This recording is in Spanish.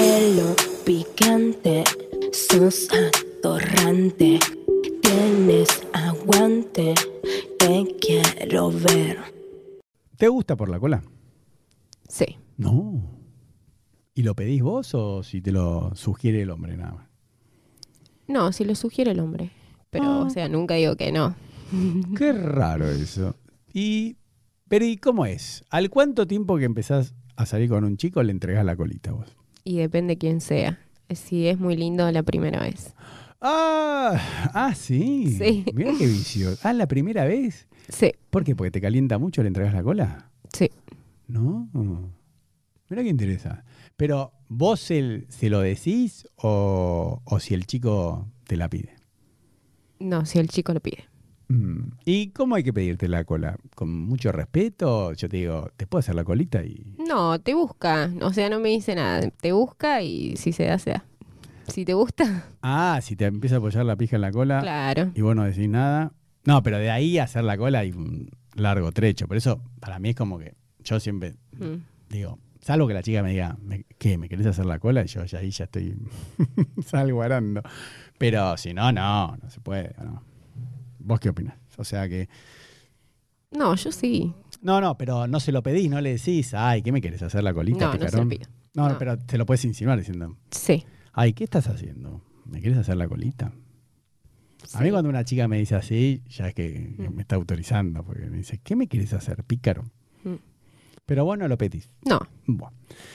pelo picante, sos atorrante, tienes aguante, te quiero ver. ¿Te gusta por la cola? Sí. No. ¿Y lo pedís vos o si te lo sugiere el hombre nada más? No, si lo sugiere el hombre. Pero, Ah. o sea, nunca digo que no. Qué raro eso. Y, pero ¿y cómo es? ¿Al cuánto tiempo que empezás a salir con un chico le entregás la colita vos? Y depende quién sea. Si es muy lindo la primera vez. Ah, ah, sí. Sí. Mira qué vicio. Ah, la primera vez. Sí, ¿Por qué? Porque te calienta mucho, le entregás la cola. sí. No. Mira qué interesa. Pero vos se, se lo decís o, o si el chico te la pide. No, si el chico lo pide. Mm. ¿Y cómo hay que pedirte la cola? ¿Con mucho respeto? Yo te digo, te puedo hacer la colita y... No, te busca. O sea, no me dice nada. Te busca y si se da, se da. Si te gusta, Ah, si te empieza a apoyar la pija en la Ah. cola claro. y vos no decís nada. No, pero de ahí a hacer la cola hay un largo trecho. Por eso, para mí es como que yo siempre Mm. digo, salvo que la chica me diga, "Me- ¿qué? ¿Me querés hacer la cola? Y yo ya ahí ya estoy salgo arando. Pero si no, no, no se puede. no. ¿Vos qué opinás? O sea que... No, yo sí. No, no, pero no se lo pedís, no le decís, ay, ¿qué me querés hacer la colita, No, no se lo picarón?". pido. No, no, No. pero te lo puedes insinuar diciendo, Sí. ay, ¿qué estás haciendo? ¿Me quieres hacer la colita? A mí Sí. Mm. cuando una chica me dice así, ya es que que me está autorizando, porque me dice, ¿qué me quieres hacer, pícaro? Mm. Pero vos no lo pedís. No, Bueno.